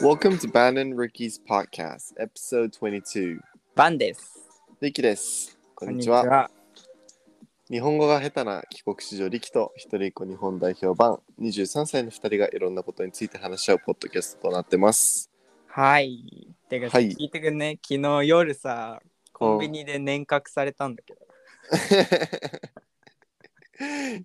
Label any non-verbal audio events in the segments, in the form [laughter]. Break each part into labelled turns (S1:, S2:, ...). S1: Welcome to Bannon Ricky's Podcast, Episode 22.
S2: バンです。
S1: リキです。こんにちは。日本語が下手な帰国子女リキと一人っ子日本代表版23歳の2人がいろんなことについて話し合うポッドキャストとなってます。
S2: はい。てか、
S1: はい
S2: 聞いてくんね。昨日夜さ、コンビニで年賀来されたんだけど。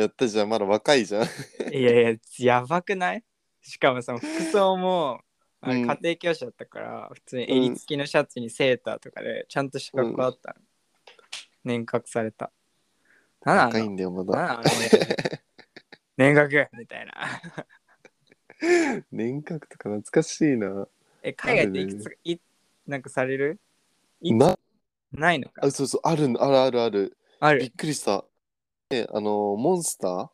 S1: [laughs] やったじゃん、まだ若いじゃん。
S2: いやいや、やばくないしかもその服装も、あれ
S1: うん
S2: 家庭教師だったから、普通に襟付きのシャツにセーターとかで、ちゃんとした格好あったの。年賀来された。なん
S1: 若
S2: ないの
S1: んだよ、まだ。
S2: なんなの年賀来
S1: [laughs]
S2: みたいな。
S1: 年賀とか懐かしいな。
S2: え、海外っていくつか、いなんかされるい
S1: な
S2: ないのか
S1: あ、そうそう、あるの、あるあるある。
S2: あ
S1: び
S2: る
S1: っ。くりした。ね、あの、モンスタ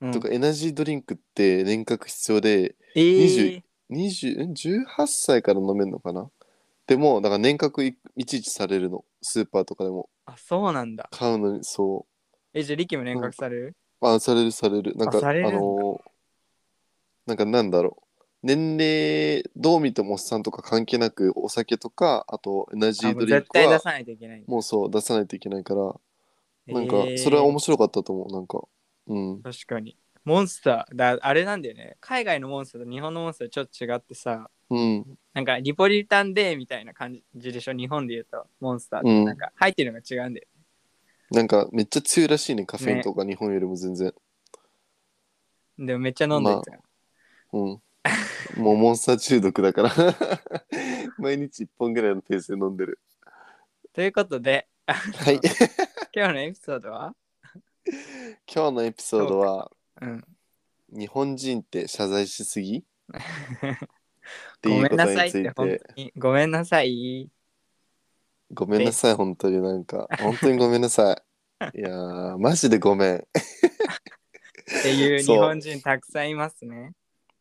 S2: うん
S1: ーとかエナジードリンクって年賀必要で、
S2: えー
S1: 20、20ん18歳から飲めるのかなでもだから年賀いいちいちされるのスーパーとかでも
S2: あ、そうなんだ。
S1: 買うのにそ
S2: え、じゃあ、力も年賀来される
S1: うあされるされるなんか
S2: あ
S1: あ
S2: されるんだ
S1: のーなんかなんだろう年齢どう見てもおっさんとか関係なくお酒とかあとエナジ
S2: あ
S1: ー
S2: も
S1: ド
S2: う
S1: リン
S2: 絶
S1: ク
S2: 対出
S1: は
S2: さないといけない。
S1: もうそう出さないといけないからなんかそれは面白かったと思うなんかうん
S2: えー確かに。モンスターだ、あれなんだよね。海外のモンスターと日本のモンスターちょっと違ってさ、
S1: うん
S2: なんかリポリタンデーみたいな感じでしょ、日本で言うと、モンスターっ
S1: う
S2: て
S1: ん
S2: なんか入ってるのが違うんだよ。
S1: なんかめっちゃ強いらしいねカフェインとか日本よりも全然
S2: でもめっちゃ飲んでるや
S1: うん。もうモンスター中毒だから [laughs] 毎日1本ぐらいのペースで飲んでる
S2: つ。ということで、
S1: はい
S2: 今日のエピソードは
S1: 今日のエピソードは
S2: うん。
S1: 日本人って謝罪しすぎって
S2: [laughs] ご
S1: い
S2: め
S1: うんこと
S2: な
S1: に
S2: さいっ
S1: つい
S2: て、本
S1: て
S2: 当に。ごめんなさい。
S1: ごめんなさい本当になんか本当にごめんなさ
S2: [laughs]
S1: いいやーマジでごめん
S2: っていう
S1: そう
S2: 日本人たくさんいますね。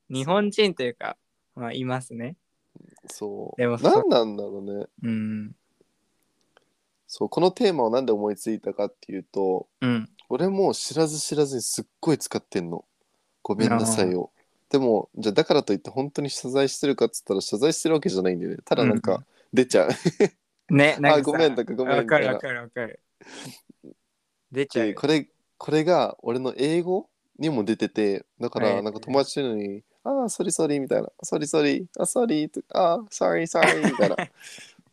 S2: 日本人というか、まあ、いますね。
S1: そう
S2: でもそう
S1: 何なんだろうね
S2: うん。
S1: そうこのテーマをなんで思いついたかっていうと
S2: うん。
S1: 俺もう知らず知らずにすっごい使ってんのごめんなさいをでもじゃあだからといって本当に謝罪してるかっつったら謝罪してるわけじゃないんだよねただなん
S2: う
S1: か出ちゃう、
S2: ね、なんかさ
S1: あごめんとかごめん
S2: わかる
S1: みたいな
S2: わかるわかる。出ちゃう
S1: で
S2: よ。
S1: これこれが俺の英語にも出ててだか
S2: は
S1: ら
S2: い
S1: なんか友達いるのに「ああソリソリ」みたいな「ソリソリ」「あソリ」とか「ああソリソリ」み
S2: [laughs]
S1: たいな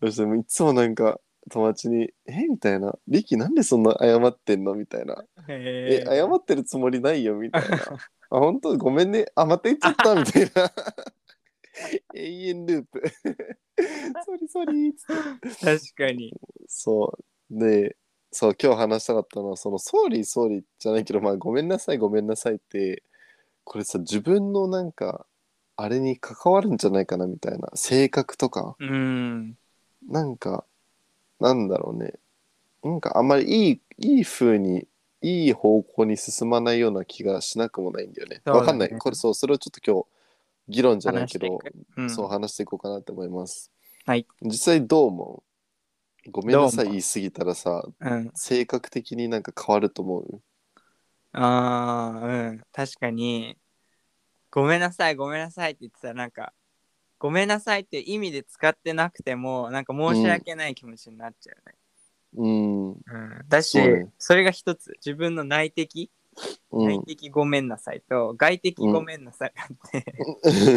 S1: そしてもういつもなんか友達に「えみたいな「リキなんでそんな謝ってんの?」みたいなえ
S2: え
S1: 謝ってるつもりないよみたいなあ本当ごめんねあまた言っちゃったみたいな永遠ループ [laughs] ソリソリっつって
S2: 確かに。
S1: そうでそう今日話したかったのはその「ソーリーソーリー」じゃないけどまあごめんなさいごめんなさいってこれさ自分のなんかあれに関わるんじゃないかなみたいな性格とか
S2: うん。
S1: なんかなんだろうねなんかあんまりいいいい風にいい方向に進まないような気がしなくもないんだよね。
S2: そうだね
S1: わかんないこれそうそれをちょっと今日議論じゃないけど
S2: 話してうん、
S1: そう話していこうかなって思います。
S2: はい
S1: 実際どう思うごめんなさい
S2: どう思う
S1: 言い過ぎたらさ
S2: うん。
S1: 性格的になんか変わると思う
S2: ああ、うん。確かに。ごめんなさい、ごめんなさいって言ってたら、なんか、ごめんなさいって意味で使ってなくても、なんか申し訳ない気持ちになっちゃ
S1: うん
S2: うね。うん。だし、
S1: そうね
S2: それが一つ、自分の内的、
S1: う
S2: 内
S1: ん
S2: 的ごめんなさいと、外的ごめんなさいがあっ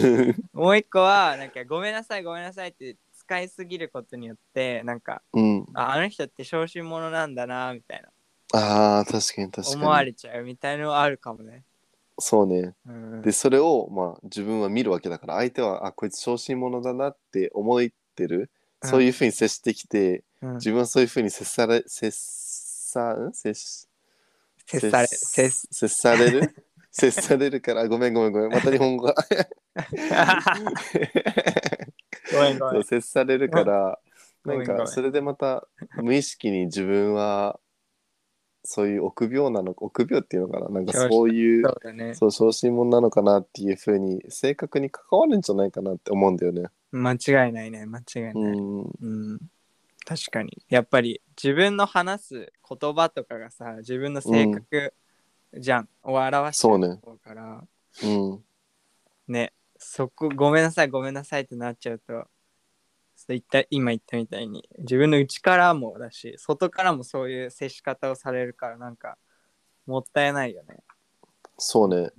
S2: て、もう一個はなんかごめんなさいごめんなさいって使いすぎることによってなんか
S1: [laughs] うん
S2: ああの人って小心者なんだなみたいな
S1: あー確かに確
S2: 思わ
S1: かに
S2: れちゃうみたいのはあるかもね。
S1: そうね
S2: うん
S1: でそれをまあ自分は見るわけだから相手はあこいつ小心者だなって思ってるそういうふうに接してきて、
S2: うん
S1: 自分はそういうふうに接され接さん接し
S2: 接され
S1: 接
S2: 接
S1: 接される [laughs] 接されるからごめんごめんごめんまた日本語 [laughs]
S2: [laughs]
S1: が [laughs]
S2: ごめんご
S1: そ
S2: め。
S1: うん接されるから
S2: ご
S1: な
S2: めん
S1: ん
S2: ごめ
S1: か
S2: ん
S1: それでまた無意識に自分はそういう臆病なの臆病っていうのかななんかそ
S2: 恐縮
S1: ういう
S2: そうだね。
S1: そう小心者なのかなっていうふうに正確に関わるんじゃないかなって思うんだよね。
S2: 間違いないね間違いない。
S1: うん
S2: うん確かにやっぱり自分の話す言葉とかがさ自分の性格じゃんを表して
S1: そうね
S2: るから
S1: うん
S2: ねそこごめんなさいごめんなさいってなっちゃうとそういった今言ったみたいに自分の内からもだし外からもそういう接し方をされるからなんかもったいないよね
S1: そうね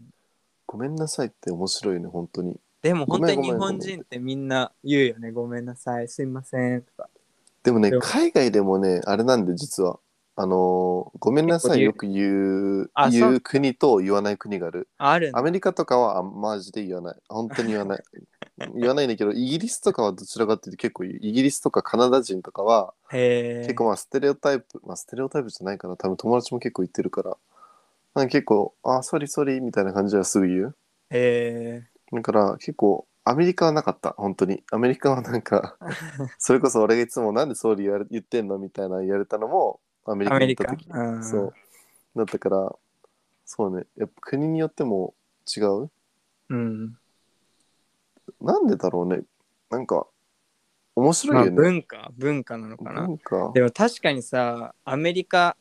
S1: ごめんなさいって面白いね本当に
S2: でも本当に
S1: ごめ
S2: 日
S1: んごめん
S2: 本人ってみんな言うよねごめんなさいすいませんとか
S1: でもね
S2: でも
S1: 海外でもねあれなんで実はあのーごめんなさいよ
S2: 結
S1: く言う
S2: あ
S1: 言
S2: そう
S1: 国と言わない国がある
S2: あるんだ
S1: アメリカとかはあマジで言わない本当に言わ
S2: [laughs]
S1: ない言わないんだけどイギリスとかはどちらかっていうと結構イギリスとかカナダ人とかは
S2: へえ
S1: 結構まあステレオタイプ、まあステレオタイプじゃないかな多分友達も結構言ってるからなんか結構「あソリソリ」みたいな感じはすぐ言う
S2: へえ
S1: だから結構アメリカはなかった本当にアメリカはなん
S2: [laughs]
S1: かそれこそ俺がいつも「なんでソリ言われ言ってんの?」みたいな言われたのもアメリ
S2: ア
S1: カ
S2: メ
S1: に
S2: リ
S1: 行った
S2: カ
S1: 時、
S2: うん
S1: そうだったからそうねやっぱ国によっても違う
S2: うん
S1: なんでだろうねなんか面白
S2: まあ
S1: いよね、
S2: 文化文化なのかな
S1: なんか
S2: でも確かにさアメリカ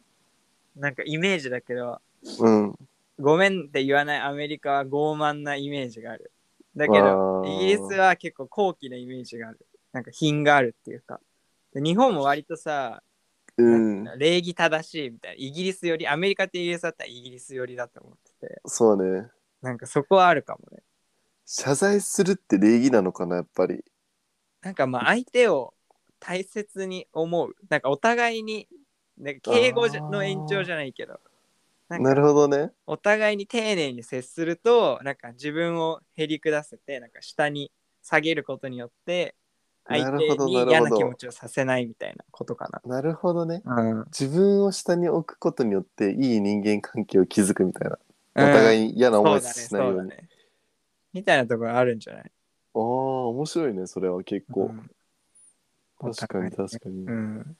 S2: なんかイメージだけど
S1: うん
S2: ごめんって言わないアメリカは傲慢なイメージがあるだけ
S1: あ
S2: ど
S1: ー
S2: イギリスは結構高貴なイメージがあるなんか品があるっていうかで日本も割とさ
S1: うん
S2: 礼儀正しいみたいなイギリスよりアメリカってイギリスだったらイギリス寄りだと思ってて
S1: そうね
S2: なんかそこはあるかもね
S1: 謝罪するって礼儀なのかなやっぱり
S2: なんかまあ相手を大切に思う。なんかお互いに、なんか敬語じゃ
S1: あー
S2: の延長じゃないけど、
S1: な
S2: な
S1: ん
S2: か
S1: るほどね
S2: お互いに丁寧に接すると、なんか自分をへり下せて、なんか下に下げることによって、相
S1: なる
S2: 手
S1: ほど
S2: に
S1: なるほど
S2: 嫌な気持ちをさせないみたいなことか
S1: なるほどね
S2: な。うん。お
S1: 自分を下に置くことによっていい人間関係を築くみたいなお互
S2: い
S1: いに嫌な
S2: そ
S1: 思
S2: う
S1: い
S2: だね、
S1: させない
S2: そ
S1: よう
S2: う
S1: に、
S2: だね。みたいなところあるんじゃない
S1: ああ面白いねそれは結
S2: う
S1: 構、
S2: んお
S1: 確か
S2: 互い
S1: に
S2: ね
S1: 確かに、
S2: うん。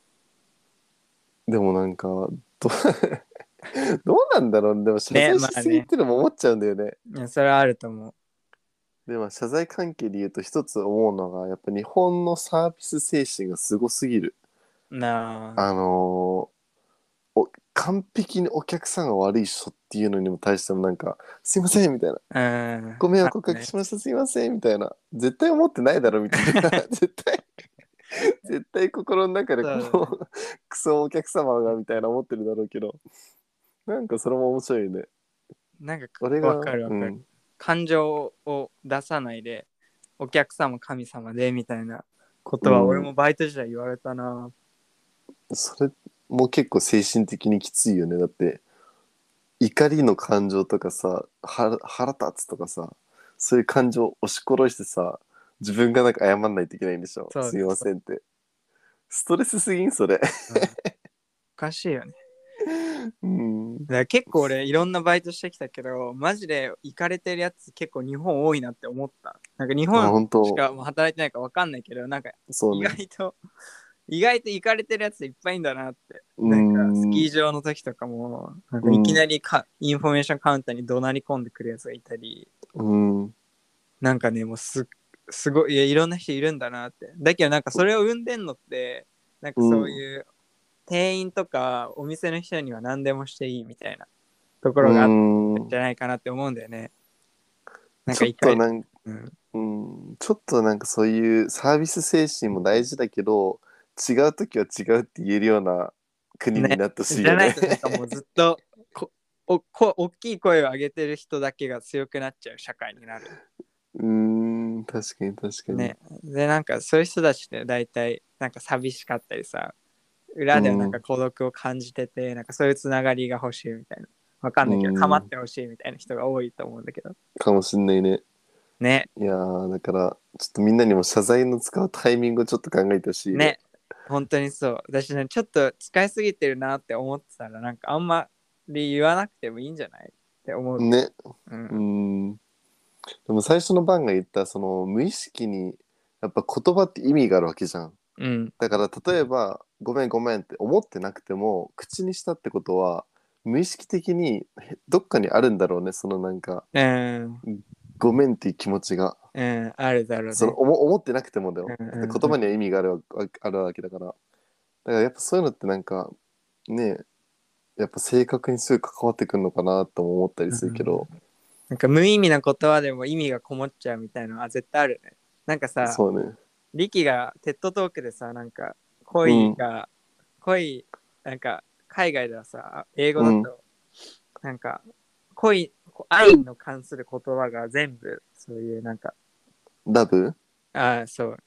S1: でもなんかど [laughs] どうなんだろうねでも謝罪しすぎってのも思っちゃうんだよね
S2: いやそれはあると思う。
S1: でも謝罪関係で言うと一つ思うのがやっぱ日本のサービス精神がすごすぎる
S2: なあ。
S1: あのーお完璧にお客さんが悪い人っていうのにも対してもなんか「すいません」みたい
S2: [laughs]
S1: な
S2: うん
S1: 「ご迷惑おかけしました、すいません」みたいな絶対思ってないだろみたい
S2: [laughs]
S1: な絶対絶対心の中でこ
S2: そう
S1: うクソお客様がみたいな思ってるだろうけどなんかそれも面白いね
S2: なんか、
S1: 俺が
S2: わかるわかる。
S1: うん
S2: 感情を出さないでお客様神様でみたいなことは
S1: うん
S2: 俺もバイト時代言われたな、
S1: それも結構精神的にきついよねだって怒りの感情とかさ腹腹立つとかさそういう感情を押し殺してさ自分がなんか謝んないといけないんでしょ
S2: そうです
S1: すいませんってストレスすぎんそれ [laughs]
S2: おかしいよね
S1: うん
S2: だから結構俺いろんなバイトしてきたけどマジで行かれてるやつ結構日本多いなって思ったなんか日
S1: まあ
S2: 本
S1: 本当
S2: しかもう働いてないか分かんないけどなんか
S1: そう
S2: 意
S1: ね
S2: 外と、意外と行かれてるやついっぱいいんだなって
S1: う
S2: なんかス
S1: ん
S2: キー場の時とかもなんかいきなりか、インフォメーションカウンターに怒鳴り込んでくるやつがいたり
S1: うん
S2: なんかね、もうす、すごい、いや、いろんな人いるんだなって。だけど、なんかそれを生んでんのって、なんかそういう、店員とかお店の人には何でもしていいみたいなところがあっ
S1: うん
S2: たんじゃないかなって思うんだよね。なん
S1: ち
S2: か
S1: ょっ
S2: 一回
S1: と、なんか
S2: うん、
S1: うんちょっとなんかそういうサービス精神も大事だけど違う時は違うって言えるような国になってほしい
S2: じゃ
S1: よ
S2: な
S1: ね
S2: いと、なんかもうずっと、こおこ大きい声を上げてる人だけが強くなっちゃう社会になる。
S1: うーん確かに確かに、
S2: ね、でなんかそういう人たちって大体なんか寂しかったりさ裏ではなんか孤独を感じてて、なんかそういうつながりが欲しいみたいなわかんないけど、
S1: うん
S2: 構ってほしいみたいな人が多いと思うんだけど
S1: かもしんないね
S2: ね
S1: いやーだからちょっとみんなにも謝罪の使うタイミングをちょっと考えてほしいよ
S2: ね本当にそう私ねちょっと使いすぎてるなって思ってたらなんかあんまり言わなくてもいいんじゃないって思う、
S1: ね
S2: う
S1: うんーんでも最初の番が言ったその無意識にやっぱ言葉って意味があるわけじゃん
S2: うん
S1: だから例えば「ごめんごめん」って思ってなくても口にしたってことは無意識的にへどっかにあるんだろうねそのなんか
S2: うん、
S1: 「ごめん」っていう気持ちが
S2: うん、あるだろうね
S1: その思思ってなくてもだよ、
S2: うんうんう
S1: だ
S2: ん
S1: って言葉には意味があるわあるわけだからだからやっぱそういうのってなんかねえやっぱ性格にすぐ関わってくるのかなとも思ったりするけど、
S2: なんか無意味な言葉でも意味がこもっちゃうみたいなのは絶対あるね。なんかさ、
S1: そうね
S2: リキがテッドトークでさ、なんか恋が、恋、なんか海外ではさ、英語だと、
S1: うん
S2: なんか恋、愛の関する言葉が全部そういうなんか、
S1: ラブ
S2: ああ、そう、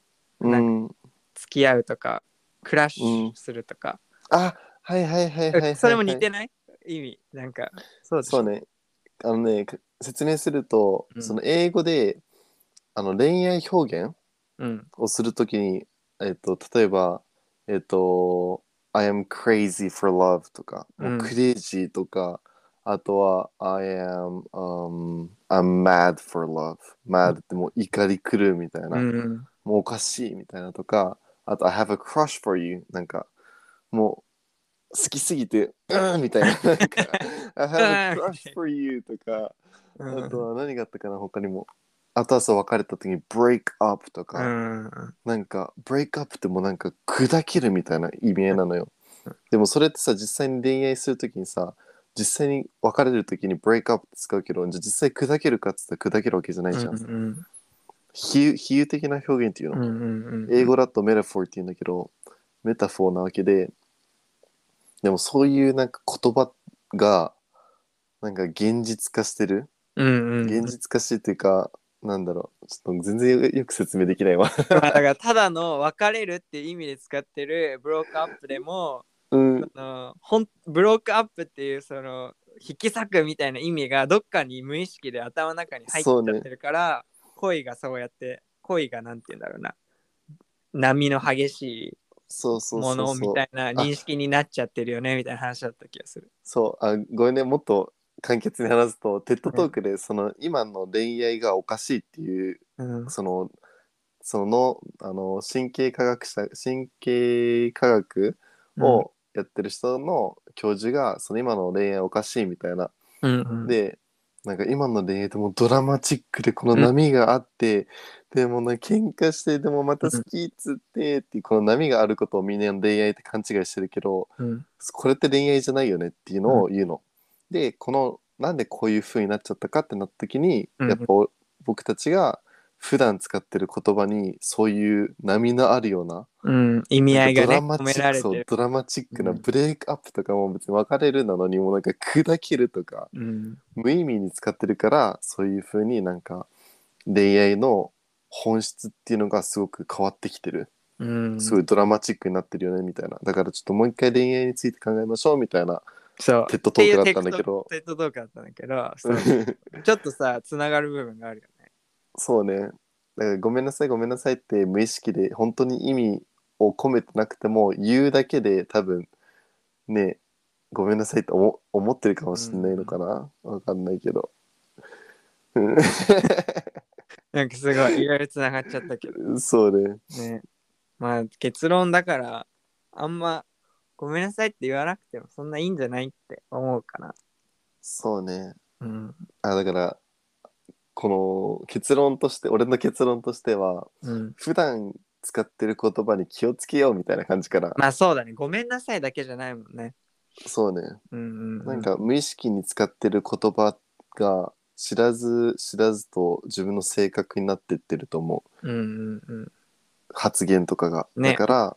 S1: うん
S2: 付き合うとか、クラッシ
S1: う
S2: ュ
S1: ん
S2: するとか、
S1: あはいはいはいはいはい、
S2: それも似てない意味、なんか、そうです
S1: そうねあのねか説明すると、
S2: うん
S1: その英語であの恋愛表現
S2: うん。
S1: をするときに、えっと例えばえっと「I am crazy for love」とか「もう
S2: うん
S1: クレイジー」とかあとは「I am、um, I'm mad for love」「mad」ってもう怒り狂うみたいな、
S2: うん。
S1: もうおかしいみたいなとかあと「I have a crush for you」なんかもう好きすぎて「うん」みたいななんか「I have a
S2: [laughs]
S1: crush for you」とか
S2: うん
S1: あとは何があったかな他にもあとはそう別れた時に「break up」と
S2: う
S1: か、
S2: ん。
S1: なんか、ブレイクアップってもうなんか砕けるみたいな意味合いなのよ。でもそれってさ、実際に恋愛するときにさ、実際に別れるときにブレイクアップって使うけど、じゃあ実際砕けるかって言ったら砕けるわけじゃないじゃん。
S2: うん
S1: 比喩比喩的な表現っていう
S2: う
S1: の。
S2: んうんうん
S1: 英語だとメタフォーって言うんだけど、メタフォーなわけで、でもそういうなんか言葉が、なんか現実化してる。
S2: うんうん
S1: 現実化してるっていうか、なんだろう。ちょっと全然よよく説明できないわ。
S2: まあだからただの別れるって意味で使ってるブロークアップでも
S1: うん。
S2: そのほんブロークアップっていうその引き裂くみたいな意味がどっかに無意識で頭の中に入っちゃってるから、恋がそうやって恋がなんて言うんだろうな波の激しい
S1: そうそうそ
S2: も
S1: うそう。
S2: のみたいな認識になっちゃってるよねみたいな話だった気がする。
S1: そうあごめんねもっと簡潔に話すとテッドトークでその今の恋愛がおかしいっていう
S2: うん
S1: そのそのあの神経科学者神経科学をやってる人の教授がその今の恋愛おかしいみたいな、
S2: うんうん
S1: でなんか今の恋愛でもドラマチックでこの波があって、でもね喧嘩してでもまた好きっつってっていうこの波があることをみんな恋愛って勘違いしてるけど、
S2: うん
S1: これって恋愛じゃないよねっていうのを言うの。でこのなんでこういう風になっちゃったかってなった時に、
S2: うん
S1: やっぱお僕たちが普段使ってる言葉にそういう波のあるような
S2: うん意味合いがね
S1: なんかド
S2: 込
S1: ラマ
S2: め
S1: チ
S2: ら
S1: ック
S2: れ
S1: そ
S2: て
S1: う
S2: る。
S1: ドラマチックな
S2: うん
S1: ブレイクアップとかも別に別れるなのにもなんか砕けるとか
S2: うん
S1: 無意味に使ってるからそういう風になんか恋愛の本質っていうのがすごく変わってきてる。
S2: うん、
S1: すごいドラマチックになってるよねみたいな。だからちょっともう一回恋愛について考えましょうみたいな
S2: そう
S1: テッドトークだったんだけど。
S2: テッドトークだったんだけど、そうちょっとさ、つながる部分があるよね。
S1: そうね。だからごめんなさいごめんなさいって無意識で本当に意味を込めてなくても言うだけで多分ねごめんなさいって思思ってるかもしれないのかな、わかんないけど。 [laughs]
S2: なんかすごい、いろいろつながっちゃったけど
S1: うんそうね。
S2: ね。 [laughs] まあ結論だから、あんまごめんなさいって言わなくてもそんないいんじゃないって思うかな。
S1: そうね。
S2: うん。
S1: あだからこの結論として俺の結論としては
S2: うん、
S1: 普段使ってる言葉に気をつけようみたいな感じから、
S2: まあそうだね。ごめんなさいだけじゃないもんね。
S1: そうね。
S2: うんうん、うん。
S1: なんか無意識に使ってる言葉が知らず知らずと自分の性格になってってると思う
S2: うんうんうん。
S1: 発言とかが、
S2: ね
S1: だから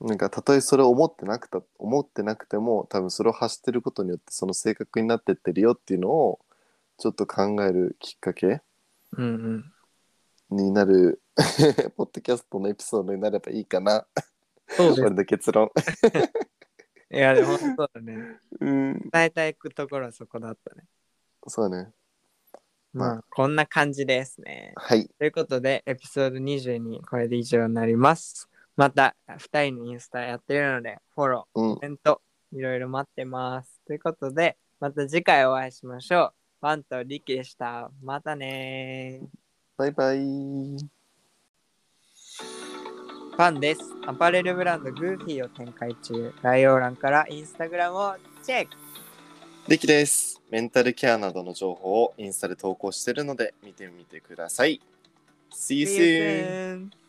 S1: なんかたとえそれを思ってなくた思ってなくても多分それを発してることによってその性格になってってるよっていうのをちょっと考えるきっかけ
S2: うんうん。
S1: になる [laughs] ポッドキャストのエピソードになればいいかな
S2: そうで
S1: 俺の結論
S2: す。いや、でも本当そうだね。
S1: うん
S2: 伝えたいところはそこだったね。
S1: そうね
S2: まあ、こんな感じですね。
S1: はい
S2: ということで、エピソード22、これで以上になります。また、2人のインスタやってるので、フォロ
S1: うん
S2: ー、コメント、いろいろ待ってます。ということで、また次回お会いしましょう。ワンとリキでした。またねー。
S1: バイバイ
S2: ファンです。アパレルブランドグーフィーを展開中。概要欄からインスタグラムをチェック。
S1: リキです。メンタルケアなどの情報をインスタで投稿しているので見てみてください。See you soon!
S2: See you soon.